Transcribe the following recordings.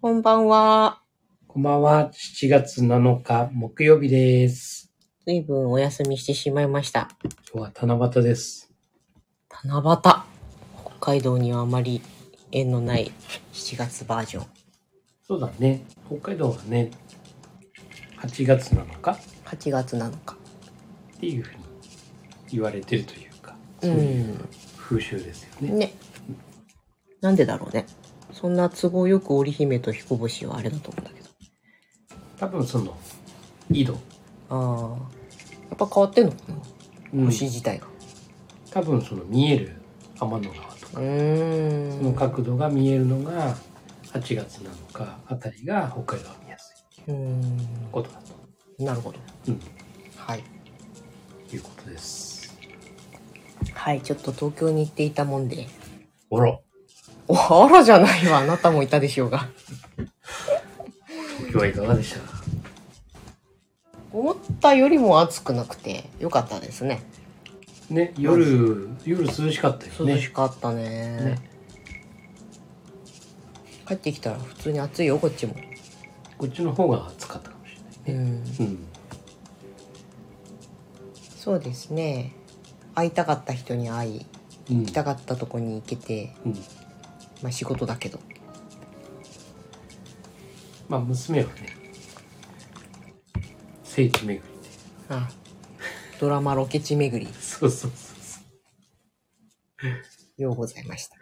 こんばんは。こんばんは。7月7日、木曜日です。ずいぶんお休みしてしまいました。今日は七夕です。七夕。北海道にはあまり縁のない7月バージョン。そうだね。北海道はね、8月7日っ8月なのか。ていうふうに言われてるというか、う。そういうん風習ですよね。ね。なんでだろうね。そんな都合よく織姫と彦星はあれだと思うんだけど。多分その、緯度、ああ。やっぱ変わってんのかな、うん、星自体が。多分その見える天の川とか、うーそん。の角度が見えるのが8月7日あたりが北海道は見やすいうん。ことだと。なるほど。うん、はい。いうことです。はい、ちょっと東京に行っていたもんで。おろおあらじゃないわ。あなたもいたでしょうが。東京はいかがでしたか思ったよりも暑くなくて良かったですねね、夜、夜涼しかったよね。涼しかったねね帰ってきたら普通に暑いよこっちもこっちの方が暑かったかもしれない。うんうん。そうですね会いたかった人に会いうん。行きたかったとこに行けてうん。まあ仕事だけどまあ、娘はね、聖地巡りで。あドラマロケ地巡りそうそうそうそようございました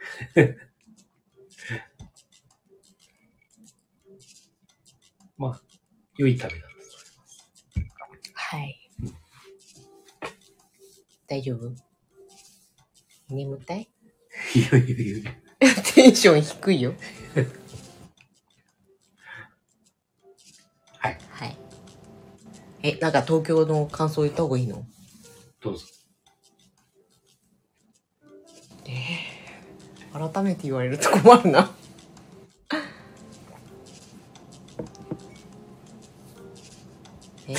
う。まあ、良い旅だったと思います。はい大丈夫眠たい いやいやいやテンション低いよはい、はいえなんか東京の感想言った方がいいのどうぞ。改めて言われると困るなえ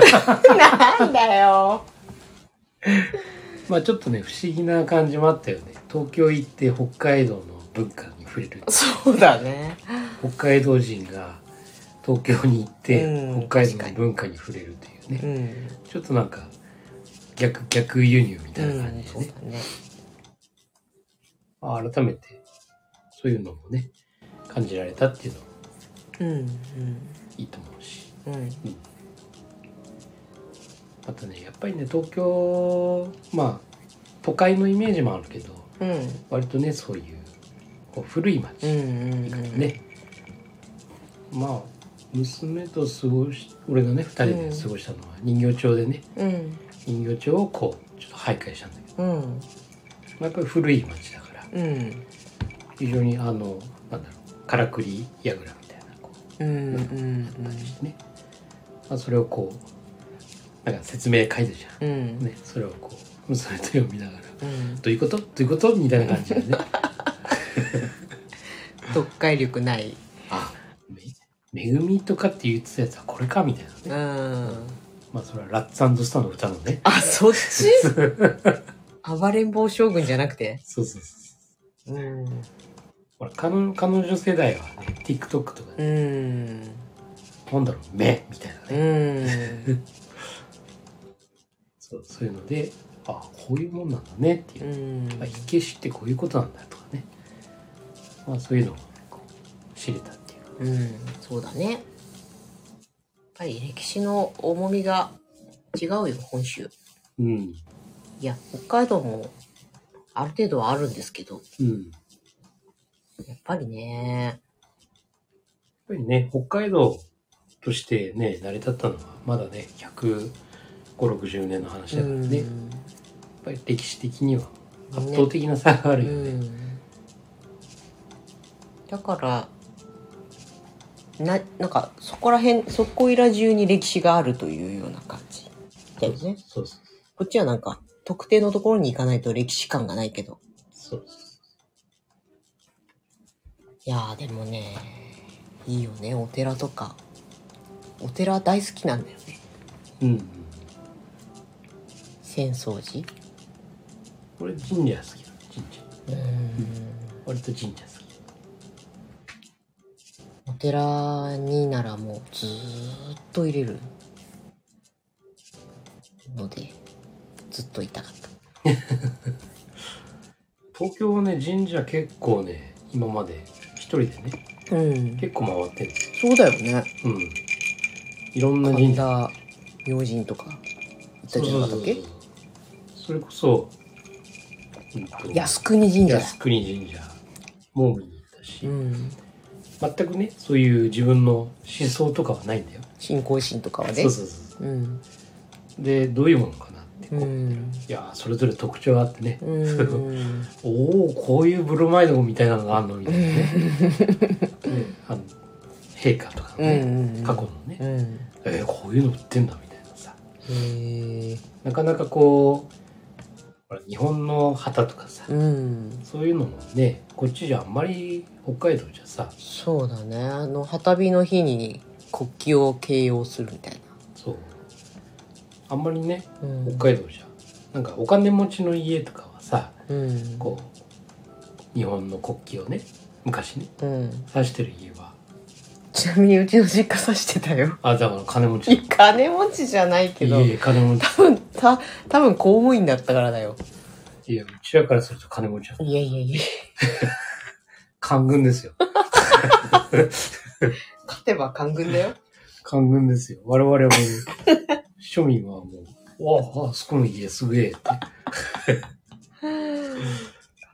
なんだよまあ、ちょっとね、不思議な感じもあったよね。東京行って北海道の文化に触れる。そうだね北海道人が東京に行って、うん北海道の文化に触れるというね。うん、ちょっとなんか、逆、逆輸入みうたいな感ん、じでそうねだ。ねまあ改めてそういうのもね感じられたっていうのもうんいいと思うしうんうんまたねやっぱりね東京まあ都会のイメージもあるけどうん割とねそういうこう古いうんう町んうんね、まあ娘と過ごし俺がね2人で過ごしたのは人形町でねうん人形町をこうちょっと徘徊したんだけど、うんまあ、やっぱり古い町だかうらん非常にあのなんだろうからくり櫓みたいなこううんうんね、まあ、それをこうなんか説明書いてるじゃうんん、んね、それをこう娘と読みながら「うんどういうことどういうこと?」みたいな感じでね読解力ない あめ「めぐみ」とかって言ってたやつはこれかみたいなねうんまあそれはラッツスターの歌のねあそっち 暴れん坊将軍じゃなくてそうそうそううんほら彼女彼女世代はね TikTok とかうねん「なんだろう目」みたいなうね、んそうそういうのであこういうもんなんだねっていうう、ん まあ、火消しってこういうことなんだとかね、まあ、そういうのをねこう知れたっていうかうんそうだねやっぱり歴史の重みが違うよ本州うんいや北海道もある程度はあるんですけどうんやっぱりねやっぱりね、北海道としてね、成り立ったのは、まだね、150、60年の話だからね、うやっんぱり歴史的には圧倒的な差があるよね。うんだからななんかそこら辺そこいら中に歴史があるというような感じだよねそうそうこっちはなんか特定のところに行かないと歴史感がないけどそう。いやーでもねいいよねお寺とかお寺大好きなんだよねうんうん。浅草寺俺、神社好きだ、神社。うん割と神社好き。寺にならもうずーっと入れるのでずっといたかった東京はね、神社結構ね、今まで一人でね、うん結構回ってんですよ。そうだよねうん。いろんな神神社。田明神とか行ったんじゃなかったっけそうそうそうそれこそ、うんと靖国神社だ靖国神社、も見に行ったし、うん全くね、そういう自分の思想とかはないんだよ。信仰心とかはねそうそうそううんう。で、どういうものかなって。こううんいやーそれぞれ特徴があってね、うん おおこういうブロマイドみたいなのがあるのみたいな ねねあの陛下とかのね、うんうんうん過去のね、うんえーこういうの売ってんだみたいなさへえなかなかこうほら日本の旗とかさ、うんそういうのもねこっちじゃあんまり北海道じゃさそうだねあの旗日の日に国旗を掲揚するみたいそうあんまりねな、うん、北海道じゃなんかお金持ちの家とかはさうんこう日本の国旗をね昔ねうん、指してる家はちなみにうちの実家さしてたよ あだから金持ちいだや金持ちじゃないけどいえいえ金持多分た多分公務員だったからだよち。いや、うちらからすると金持ちだ。いやいやいや官軍ですよ。勝てば官軍だよ官軍ですよ。我 々はもう、庶民はもう、わあ、あそこの家すげえって。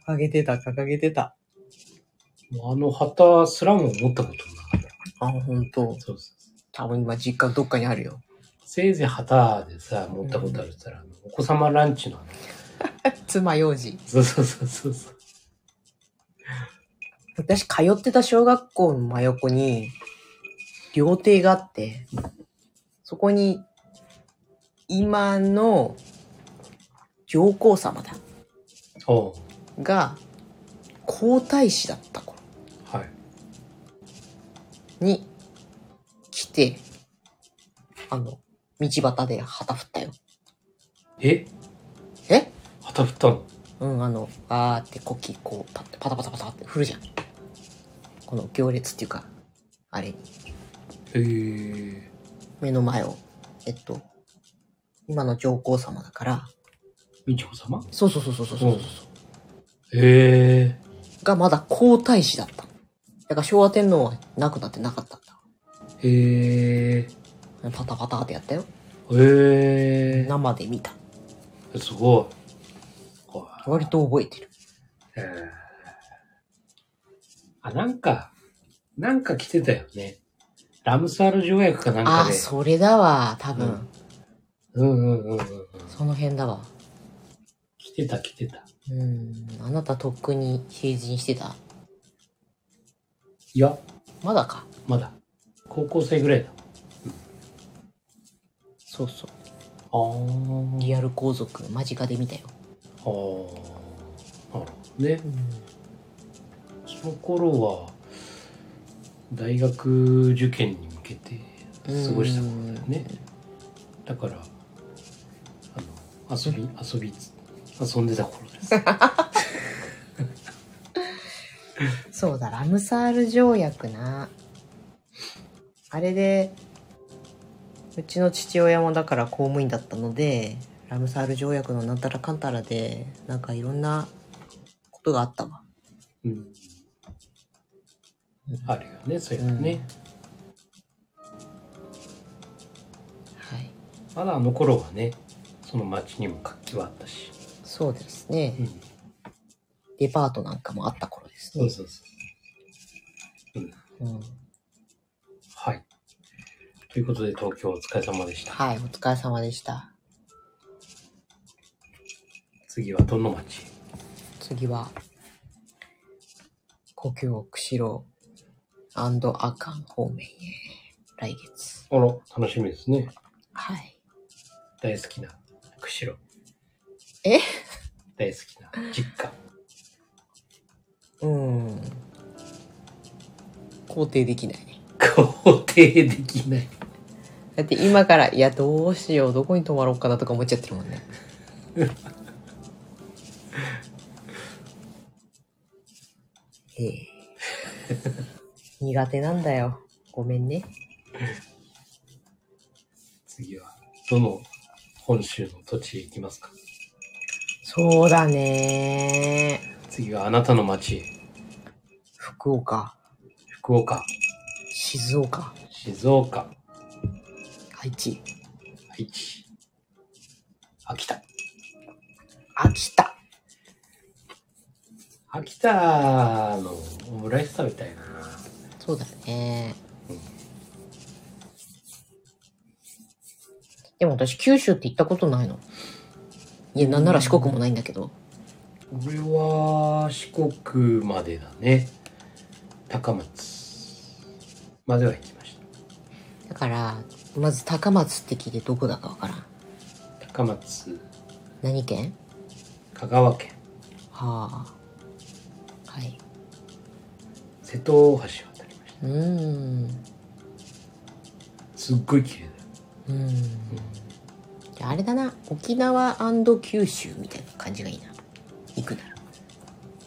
掲げてた掲げてたもうあの旗すらも持ったことなかった。あ本当。そうそう。多分今実家どっかにあるよせいぜい旗でさ、持ったことあるって言ったら、あのお子様ランチのあの、妻用事そうそうそうそうそう。私通ってた小学校の真横に料亭があってそこに今の上皇様だおうが皇太子だった頃はい。に来てあの道端で旗振ったよええ旗振ったのうんあのあーって国旗こうパッパタパタパタって振るじゃんこの行列っていうかあれにへえ。目の前を、えっと、今の上皇様だから、みちこ様そうそうそうそうそうそうそう、うんへえ。がまだ皇太子だった。だから昭和天皇は亡くなってなかったんへえ。だ。パタパタってやったよ。へ生で見た。え。すごい。はい割と覚えてる。えーあ、なんか、なんか来てたよね。ラムサール条約かなんあかあー、で。それだわ、多分、うんうんうんうんうん。その辺だわ。来てた来てた。うん。あなたとっくに成人してた。いや、まだか。まだ。高校生ぐらいだ。そうそう。あーリアル皇族、間近で見たよ。あー。なるほどねう。ん。その頃は、大学受験に向けて過ごした頃だよね。だから、あの、遊び、遊びつ、遊んでた頃です。そうだ、ラムサール条約な。あれで、うちの父親もだから公務員だったので、ラムサール条約のなんたらかんたらで、なんかいろんなことがあったわ。うんうんあるよね、そういうのね。はい。まだあの頃はね、その街にも活気はあったし。そうですね。うん、デパートなんかもあった頃ですそうね。そうそう。うん、うん、はい。ということで、東京お疲れ様でした。はい、お疲れ様でした。次はどの街次は、故郷釧路アカン方面へ、来月。あら、楽しみですね。はい。大好きな釧路。え大好きな実家。うん。肯定できないね。肯定できない。だって今から、いや、どうしよう、どこに泊まろうかなとか思っちゃってるもん ね。ええ苦手なんだよ。ごめんね。次は、どの本州の土地へ行きますかそうだね次はあなたの町へ、福岡、福岡、静岡、静岡、愛知、愛知、秋田。秋田。秋田のオムライス食べたいな。そうだねでも私、九州って行ったことないの。いや、なんなら四国もないんだけど。俺は四国までだね。高松までは行きましだから、まず高松って聞いてどこだかわからん。た。高松、何県香川県、はあ。はい。瀬戸大橋を渡りましうーん。た。すっごい綺麗だよ。うーん。じゃああれだな。沖縄九州みたいな感じがいいな。行くなら。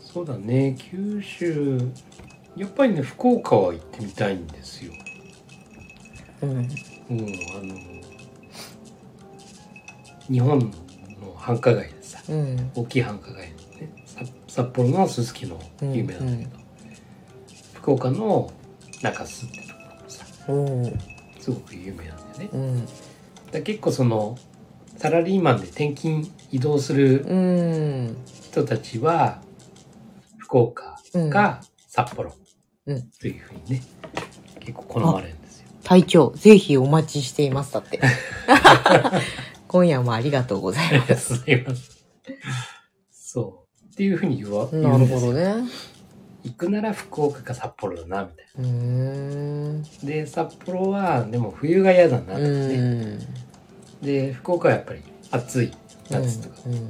そうだね、九州、やっぱりね、福岡は行ってみたいんですよ。うん。うん、あの、日本の繁華街でさ、うん。大きい繁華街のねさ札幌のすすきの有名なんだけど、福岡の中洲ってところもさおーすごく有名なんだよねう。ん。だから結構そのサラリーマンで転勤移動するうん。人たちは福岡か札幌うんというふうにね結構好まれるんですよ。隊長、ぜひお待ちしています。だ って。今夜もありがとうございます。ありがとうござい ます。そう。っていうふうに言わ言なうんるですほどよ。ね。行くなら福岡か札幌だなみたいな。うーん。で札幌はでも冬が嫌だなとかね、うん。で福岡はやっぱり暑い夏とか、うん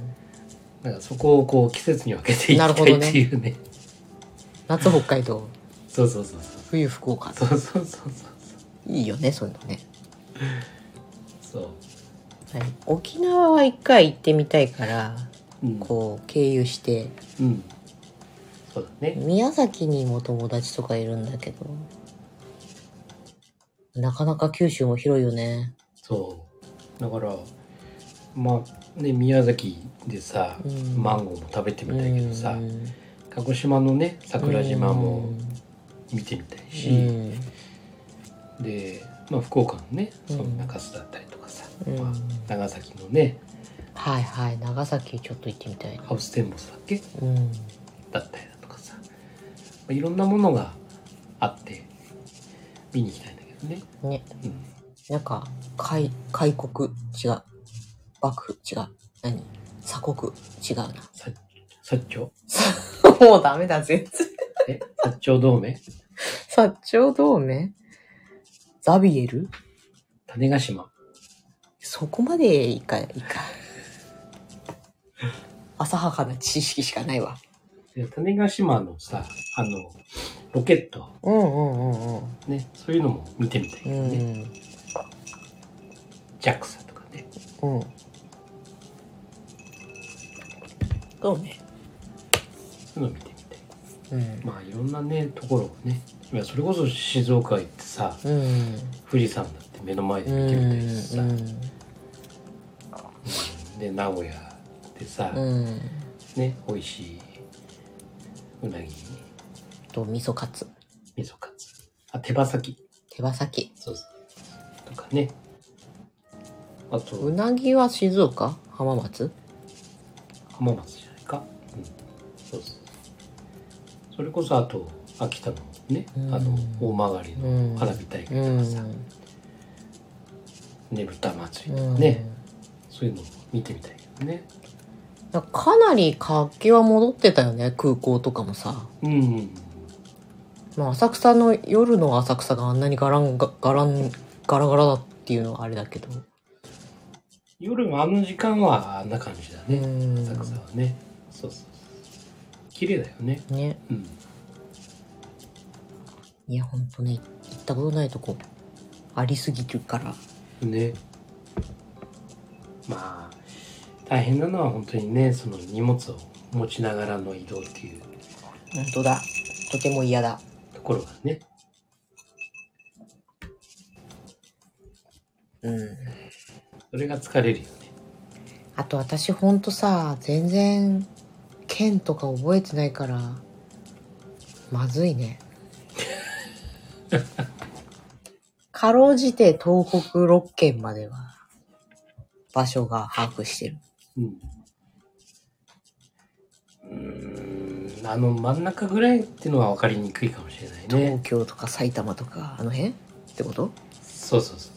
なんかそこをこう季節に分けていきなたるいほどねっていうね夏北海道、 そうそうそう冬福岡。そうそうそうそういいよね、そういうのね。そうそう、はい沖縄は一回行ってみたいから、うん、こう、経由して、うんそうだね宮崎にも友達とかいるんだけど、なかなか九州も広いよね。そうだからまあね宮崎でさ、うんマンゴーも食べてみたいけどさ、うん鹿児島のね桜島も見てみたいし、うんで、まあ、福岡のねその中洲だったりとかさ、うんまあ、長崎のねはいはい、長崎ちょっと行ってみたいな。ハウステンボスだっけうん。だったりだとかさ、まあ、いろんなものがあって見に行きたいんだけどね、ね、うん、なんか、開、開国、違う。幕府、違う。何鎖国、違うな。さ薩長もうダメだ、全然。え薩長同盟薩長同盟 ザビエル種子島そこまでいか、い か。浅はかな知識しかないわ。で種子島のさあのロケットうんうんうんうん。ねそういうのも見てみたいけどね、JAXA とかねうん。そうね。そういうの見てみたいうん。まあいろんなねところをねいやそれこそ静岡行ってさうん。富士山だって目の前でう見てみたいしさ、ん。で名古屋でさ、うん。ね美味しいうなぎと、味噌カツ。味噌カツあ手羽先手羽先。そうそうとかねあうとなぎは静岡浜松浜松じゃないか、うん、そうそうそれこそあと秋田のね、うんあの大曲うんの花火大会とかさ、ねぶた祭りとかね、そういうのを見てみたいけどねうんかなり活気は戻ってたよね空港とかもさ、うんうんうんまあ、浅草の夜の浅草があんなにガランガガランガラガラだっていうのはあれだけど夜のあの時間はあんな感じだね、うん浅草はねそうそうそう綺麗だよねねうんいやほんとね行ったことないとこありすぎるからねまあ大変なのは本当にねその荷物を持ちながらの移動っていう本当だとても嫌だところがねうん。それが疲れるよねあと私ほんとさ、全然、県とか覚えてないから、まずい ね。かろうじて東北6県までは、場所が把握してる。うんうーんあの真ん中ぐらいっていうのは分かりにくいかもしれないね東京とか埼玉とか、あの辺ってことそうそうそう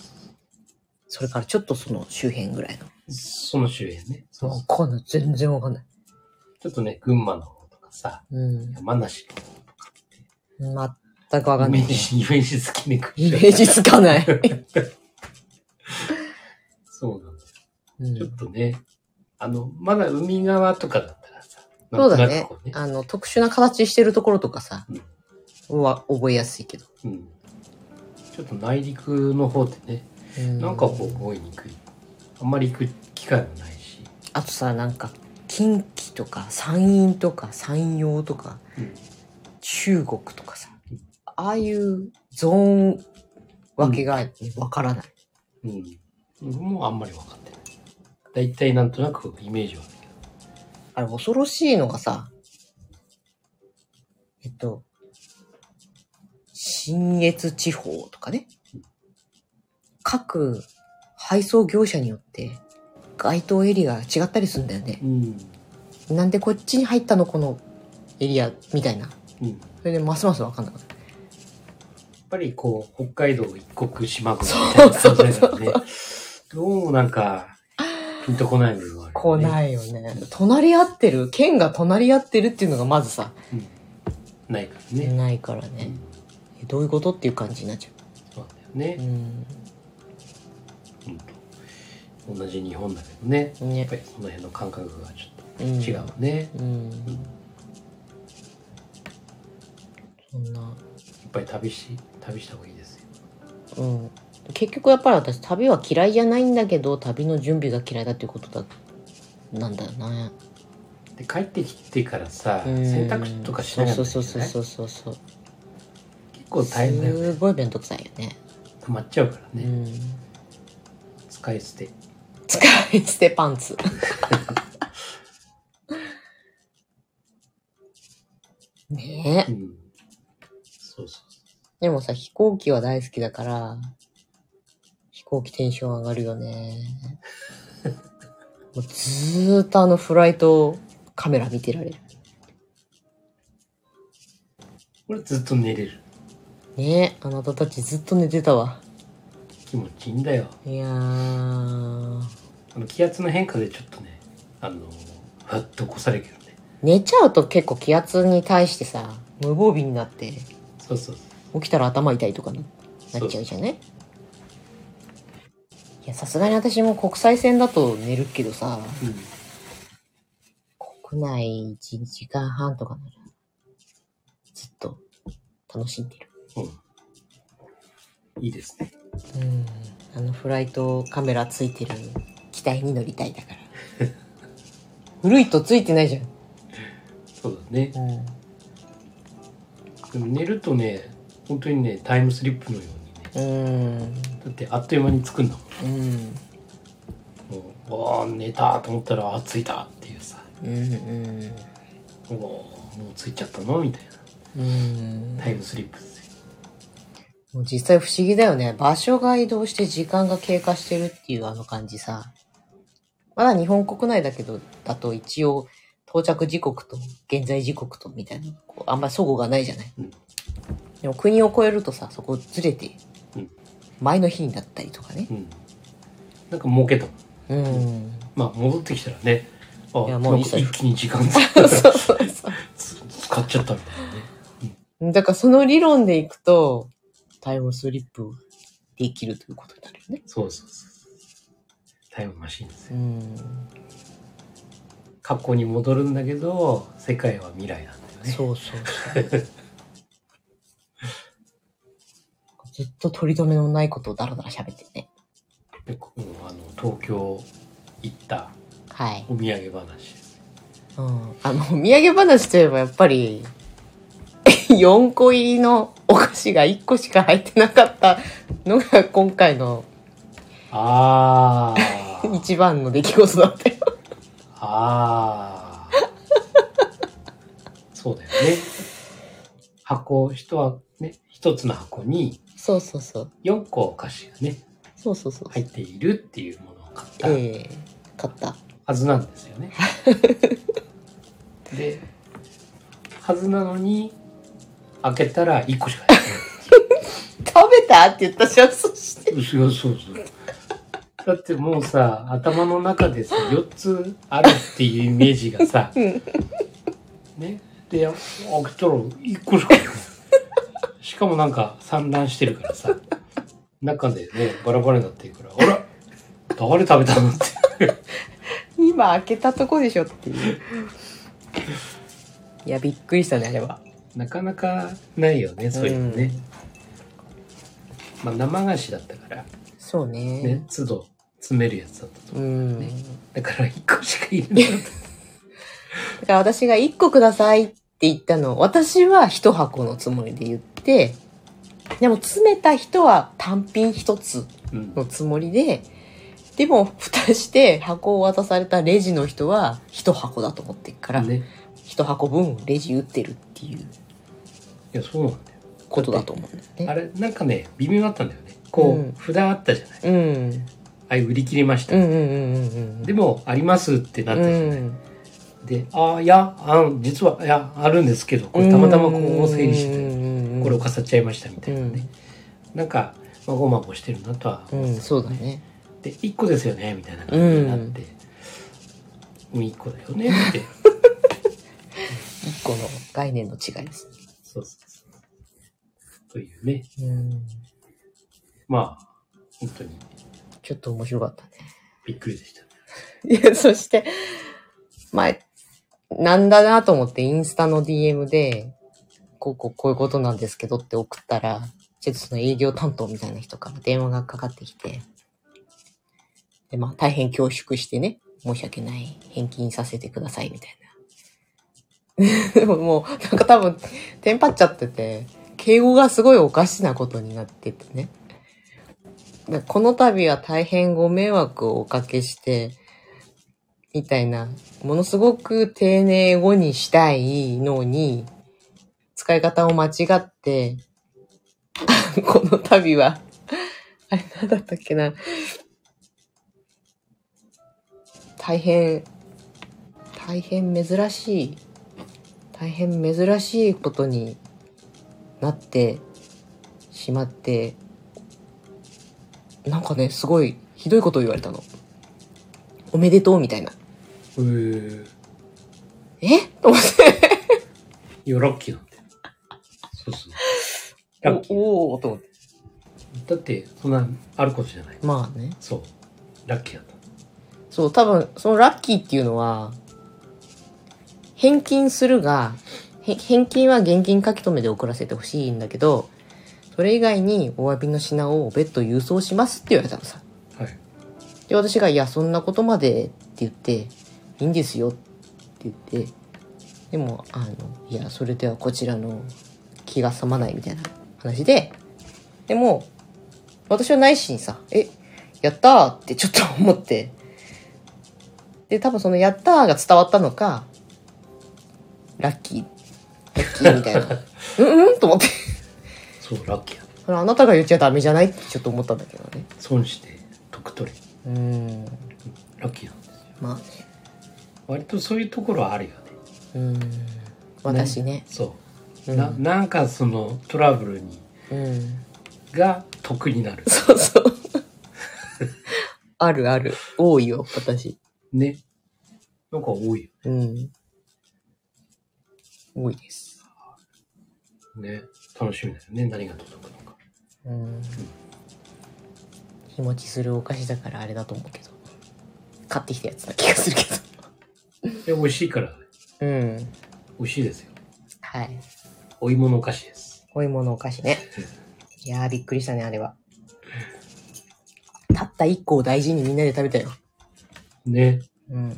それからちょっとその周辺ぐらいそうその周辺ねその。うわかんない。全然わかんない。ちょっとね群馬の方とかさうん。山梨の方とかって全くわかイんなメいー。ジイメージつきにくいイじメゃんージつか ない。そうなんですうんちょっとねあのまだ海側とかだったらさなそんうとだなくねこうね。あの、特殊な形してるところとかさ、は覚えやすいけど。うんちょっと内陸の方ってねなんかこう覚えにくいあんまり行く機会もないし、あとさ、なんか、近畿とか、山陰とか、山陽とか、うん中国とかさうん、ああいうゾーン分けがねわからない。うん。もうあんまり分かってない。大体なんとなくイメージはあるけど。あれ、恐ろしいのがさ、えっと、新越地方とかね、各配送業者によって、該当エリアが違ったりするんだよね。うん。なんでこっちに入ったのこのエリアみたいな。うん。やっそれでますますわかんなくなる。ぱりこう、北海道一国島国みたいな感じだからね。どうもなんか、ピンとこない部分はある、ね。来い。ないよね。隣り合ってる県が隣り合ってるっていうのがまずさ、ないからね。ないからうねん。どういうことっていう感じになっちゃそうなんだよう。うね。ん。うんと。同じ日本だけどね。やねっぱ。りその辺の感覚がちょうんっと違うね。うんん。そんな。いっぱい旅し、旅した方がいいですうよ。ん。結局やっぱり私旅は嫌いじゃないんだけど、旅の準備が嫌いだっていうことだ、なんだよね。で、帰ってきてからさ、うん洗濯とかしながらそう結そうそうそうそうそう。構大変だよね。すごい面倒くさいよね。溜まっちゃうからね。うん。使い捨て使い捨てパン ツ。ねえ。うんそうそでもさ、飛行機は大好きだから、飛行機テンション上がるよ ね。もうずーっとあのフライトカメラ見てられる。うこれずっと寝れるねえ、あなたたちずっと寝てたわ。気持ちいいんだよいやー。あの気圧の変化でちょっとねあのはっと起こされるけどね寝ちゃうと結構気圧に対してさ、無防備になって、そうそう起きたら頭痛いとかなそうなっちゃうじゃねいやさすがに私も国際線だと寝るけどさうん国内1時間半とかならずっと楽しんでるうんいいですねうんあのフライトカメラついてる機体に乗りたいだ から古いとついてないじそうだねゃん、うん、でも寝るとね本当にねタイムスリップのようにねうんだってあっという間に着くんだもうんんもうわあ寝たと思ったらあ着いたっていうさうんうんおーもう着いちゃったのみたいうんなタイムスリップですよもう実際不思議だよね。場所が移動して時間が経過してるっていうあの感じさ。まだ日本国内だけど、だと一応到着時刻と現在時刻とみたいな、こうあんまり齟齬がないじゃない。うんでも国を越えるとさ、そこずれてうん、前の日になったりとかね。うんなんか儲けたもんうん。まあ戻ってきたらねあいやもうなんか一切一気に時間そうそうそ使っちゃったみたいなねう。だからその理論でいくと、タイムスリップできるということになるよね。そうそうそうタイムマシンですようん。過去に戻るんだけど世界は未来なんだよねそうそうそう。ずっと取り留めのないことをダラダラ喋ってね。でこうあの東京行ったはい。お土産話ですうん。あの、お土産話といえばやっぱり、4個入りのお菓子が1個しか入ってなかったのが今回のあ ー一番の出来事だったよ。あーそうだよね箱人はね一つの箱にそうそうそう。 4個お菓子がねそうそうそう。入っているっていうものを買ったええ買った。はずなんで すよね。ではずなのに開けたら1個しかない。食べたって言ったじゃん、そして。そうそうそう。だってもうさ頭の中でさ4つあるっていうイメージが さ、ねで開けたら1個しかない。しかもなんか散乱してるからさ中でねバラバラになってるから「あら誰食べたの?」って今開けたとこでしょっていう。いや、びっくりしたね、あれは。なかなかないよねそういうのね、まあ生菓子だったからそうね。ね都度詰めるやつだったとうん。だから1個しかい ないだから私が1個くださいって言ったのを、私は1箱のつもりで言って、でも詰めた人は単品1つうんのつもりで、でも蓋して箱を渡されたレジの人は1箱だと思ってるから、ね1箱分レジ打ってるっていういやそうなんだよことだと思うんですあね。れなんかね微妙だったんだよねこう、うん札あったじゃないうん。はい売り切りましうた、んうんうんうんうん。でもありますってなっうたじゃない、ん。でああいやあの実はいやあるんですけどこれたまたまこう整理してててこれを飾っちゃいましたみたいなね、なんかまごまごしてるなとはうん、そうだね。で1個ですよねみたいな感じになって「うん、1個だよね」って1個の概念の違いです。そうそうそうというねうん。まあ本当にちょっと面白かったね。びっくりでしたいや、そして、前、なんだなと思ってインスタの DM で、こうこうこういうことなんですけどって送ったら、ちょっとその営業担当みたいな人から電話がかかってきて、で、まあ大変恐縮してね、申し訳ない、返金させてくださいみたいな。で ももう、なんか多分、テンパっちゃってて、敬語がすごいおかしなことになっててね。だこの度は大変ご迷惑をおかけして、みたいな、ものすごく丁寧語にしたいのに、使い方を間違って、 この度は、 あれなんだったっけな、大変、大変珍しい、大変珍しいことになってしまって、なんかね、すごいひどいことを言われたの。おめでとうみたいな。へーえ と思って。いやラッキーなんだよそうそうラッキーおおーと思って。だってそんなあることじゃないまあね。そうラッキーだったそう、多分、そのラッキーっていうのは、返金するが、へ返金は現金書き留めで送らせてほしいんだけど、それ以外にお詫びの品を別途郵送しますって言われたのさ。はい。で、私が、いや、そんなことまでって言って、いいんですよって言って、でも、あの、いや、それではこちらの気が済まないみたいな話で、でも、私は内心さ、え、やったーってちょっと思って、で、多分そのやったーが伝わったのか、ラッキー、ラッキーみ たいな。うんうんと思って。そう、ラッキーだ。それあなたが言っちゃダメじゃないってちょっと思ったんだけどね。損して、得取り。うん。ラッキーなんですよ。まあね。割とそういうところはあるよね。うん私ねそう。な、なんかそのトラブルに、うんが得になる。そうそうあるある多いよ私ね。なんか多いようん多いですね。楽しみだよね。何が届くのか。うん日持ちするお菓子だからあれだと思うけど買ってきたやつな気がするけで、美味しいから、どうん美味しいですよ。はいお芋のお菓子です。こういうものお菓子ねいやーびっくりしたねあれはたった1個を大事にみんなで食べたよね。うん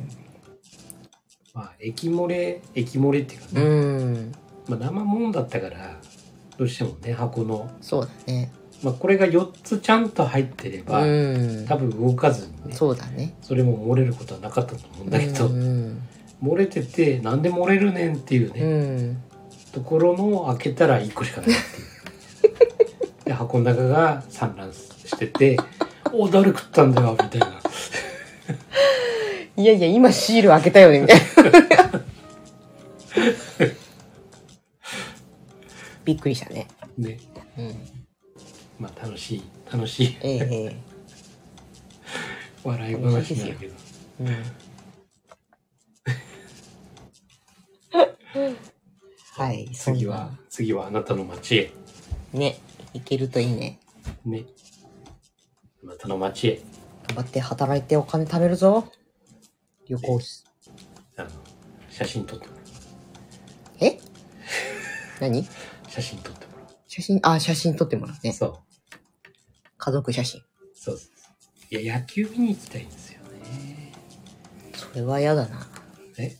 まあ、液漏れ、液漏れっていうかうね。んまあ、生もんだったから、どうしてもね、箱のそうだねまあ、これが4つちゃんと入ってれば、うん多分動かずにねそうだねそれも漏れることはなかったと思うんだけど、うん漏れててなんで漏れるねんっていうね、うんところの開けたら1個しかないっていう で箱の中が散乱してて「お誰食ったんだよ」みたいなうんいやいや今シール開けたよねみたいな びっくりしたね、ねうん、まあ楽しい楽しいええええ笑い話なんだけどはい、そんな 次は次はあなたの町へね、行けるといいね。ねあなたの町へ頑張って働いてお金貯めるぞ。旅行す。あの写真撮ってもらえ何う写真撮ってもらう写真、あ、写真撮ってもらうね。そう家族写真。そうそうそういや野球見に行きたいんですよねそれは嫌だな。え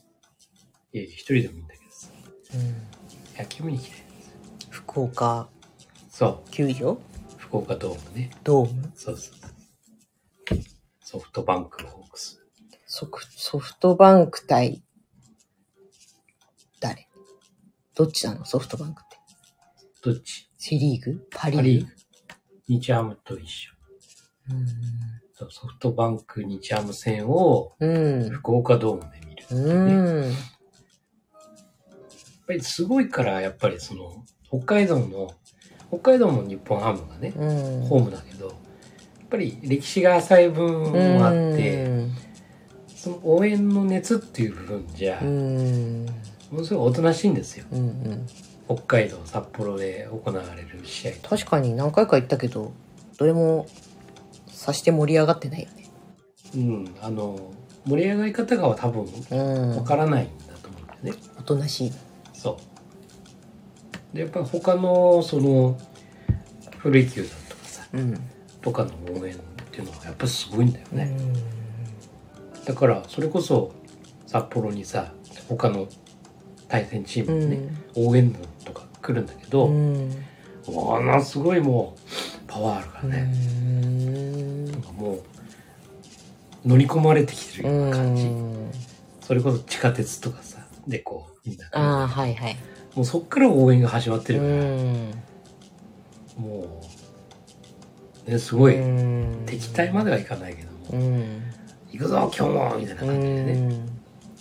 いやいや一人でもいいんだけどさうん。野球見に行きたいんですよ福岡そ球場う福岡ドームねドームそうそうそう。ソフトバンクホークス。ソフソフトバンク対、誰どっちなのソフトバンクって。どっちセリーグパリーパグリーグ。日ハムと一緒。うんそうソフトバンク日ハム戦をうん。福岡ドームで見るっていうね。やうん。っぱりすごいから、やっぱりその、北海道の、北海道も日本ハムがね、うん。ホームだけど、やっぱり歴史が浅い分もあって、その応援の熱っていう部分じゃう、ん。ものすごいおとなしいんですよ。うん。うん。北海道、札幌で行われる試合と。確かに何回か行ったけど、どれも、さして盛り上がってないよね。うん、あの、盛り上がり方が多分うん。わからないんだと思うんだよね。おとなしい。そう。でやっぱり他のその古い球団とかさうん。とかの応援っていうのはやっぱすごいんだよね。うん。だからそれこそ札幌にさ他の対戦チームのね、応援団とか来るんだけうど、ん。ものすごいもうパワーあるからね、なんかもう乗り込まれてきてるような感じ、うんそれこそ地下鉄とかさでこうみんなああ、はいはい。もうそっから応援が始まってるから、ん。もう、ね、すごい、うん敵対まではいかないけども、うん。行くぞ今日もみたいな感じでね、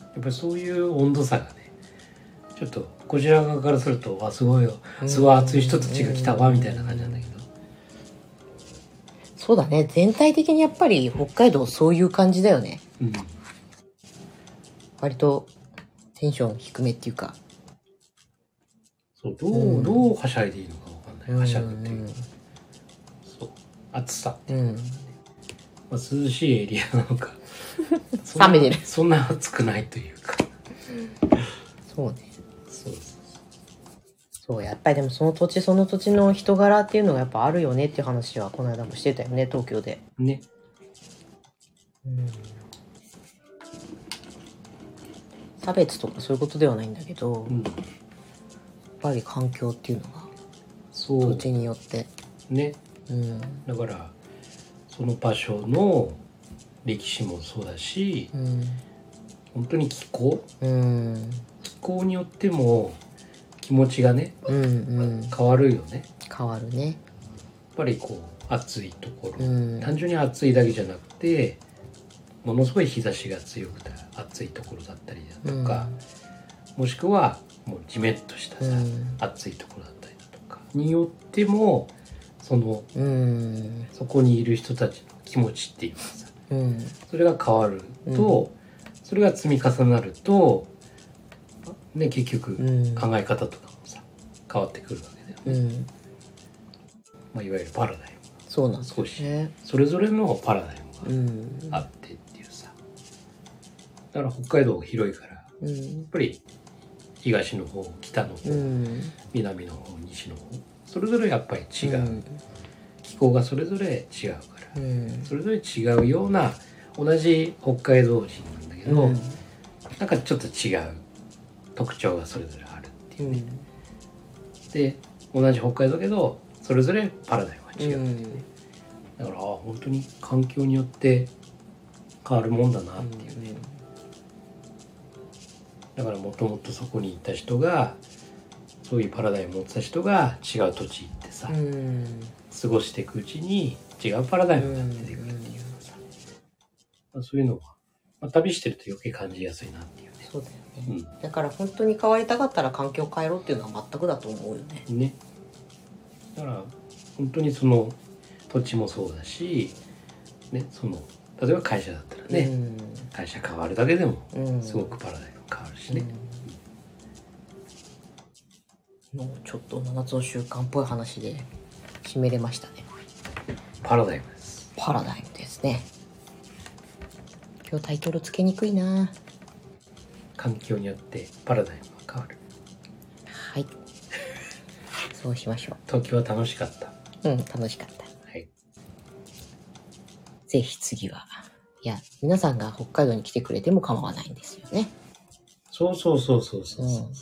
やっぱりそういう温度差がねちょっとこちら側からするとわすごいようんすごい熱い人たちが来たわみたいな感じなんだけど、そうだね。全体的にやっぱり北海道そういう感じだよね。うん、割とテンション低めっていうか。そうどう、うんどうはしゃいでいいのかわかんないはしゃぐっていう、うんそう暑さ、うん。まあ、涼しいエリアなの かそんな冷めてるそんな暑くないというかそうね。そうそうそう、やっぱりでもその土地その土地の人柄っていうのがやっぱあるよねっていう話はこの間もしてたよね、東京で。そうね差別とかそういうことではないんだけど、うやっんぱり環境っていうのがそ土う地によって。ねうん。だからその場所の歴史もそうだしうん。本当に気候うん。気候によっても気持ちがねうん。うん。変わるよね変わるね。やっぱりこう暑いとこうろん。単純に暑いだけじゃなくてものすごい日差しが強くて暑いところだったりだとか、もしくはもうジメッとしたうさ、ん暑いところだったりだとかによってもそのうん。そこにいる人たちの気持ちっていうかさうん。それが変わると、それが積み重なると、ね、結局うん考え方とかもさ変わってくるわけだよね、うん。まあ、いわゆるパラダイムそうなんです少しね。それぞれのパラダイうムん。があってっていうさだから北海道広いからやうん。っぱり東の方北の方、うん。南の方西の方それぞれやっぱり違う、うん。気候がそれぞれ違うから、うん。それぞれ違うような同じ北海道人なんだけど、うんなんかちょっと違う特徴がそれぞれあるっていうね、で同じ北海道だけどそれぞれパラダイムがが違うんだよね、だからああ本当に環境によって変わるもんだなっていうね、だからもともとそこにいた人がそういうパラダイムを持ってた人が違う土地行ってさ、うんうん過ごしていくうちに違うパラダイムが出てくるっていうさ、まあ、そういうのは、まあ、旅してると余計感じやすいなっていうね。そうだようね、んだから本当に変わりたかったら環境を変えろっていうのは全くだと思うよねねだから本当にその土地もそうだし、ね、その例えば会社だったらね、会社変わるだけでもうん、うん、すごくパラダイム変わるしねね、もうちょっと7つの習慣っぽい話で決めれましたねパラダイムですパラダイムですね今日タイトルつけにくいな環境によってパラダイムが変わるはいそうしましょ東京は楽しかったはううん楽しかったいぜひ次はいや皆さんが北海道に来てくれても構わないんですよねそうそうそうそうそうそう、うん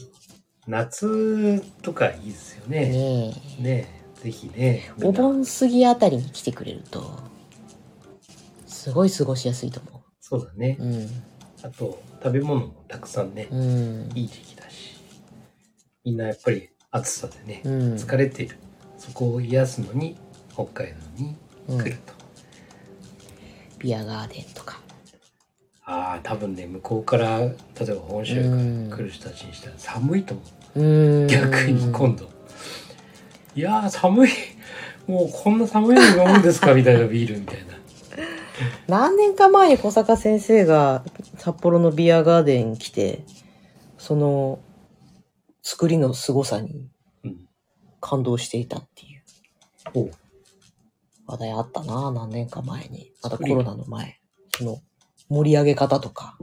夏とかいいですよねねねぜひねえお盆過ぎあたりに来てくれるとすごい過ごしやすいと思そうだねううんあと食べ物もたくさんね、うんいい時期だしみんなやっぱり暑さでね、うん疲れてるそこを癒すのに北海道に来ると、ビアガーデンとかああ多分ね向こうから例えば本州からうん来る人たちにしたら寒いと思う、うん逆に今度、いやー寒いもうこんな寒いの飲むんですかみたいなビールみたいな何年か前に小坂先生が札幌のビアガーデン来てその作りの凄さにうん感動していたっていうおう話題あったな何年か前にまたコロナの前その盛り上げ方とか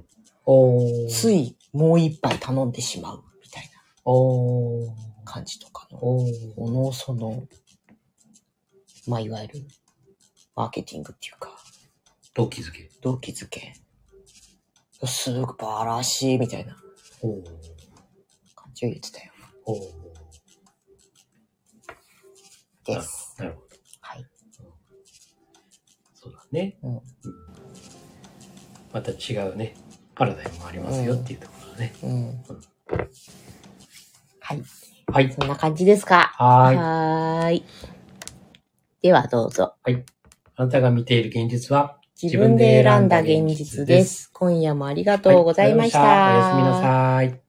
おついもう一杯頼んでしまうみたいなお感じとかのおこのそのまあいわゆるマーケティングっていうか動機づけ動機づけすごくばらしいみたいなおお感じを言ってたよおおです。なるほどはい。そうだね、うんまた違うねパラダイムもありますよっていうところだね、うん。はい。はいそんな感じですか。はーーいいではどうぞ。はいあなたが見ている現実は自分で選んだ現実です。今夜もありがとうございました。はいおやすみなさい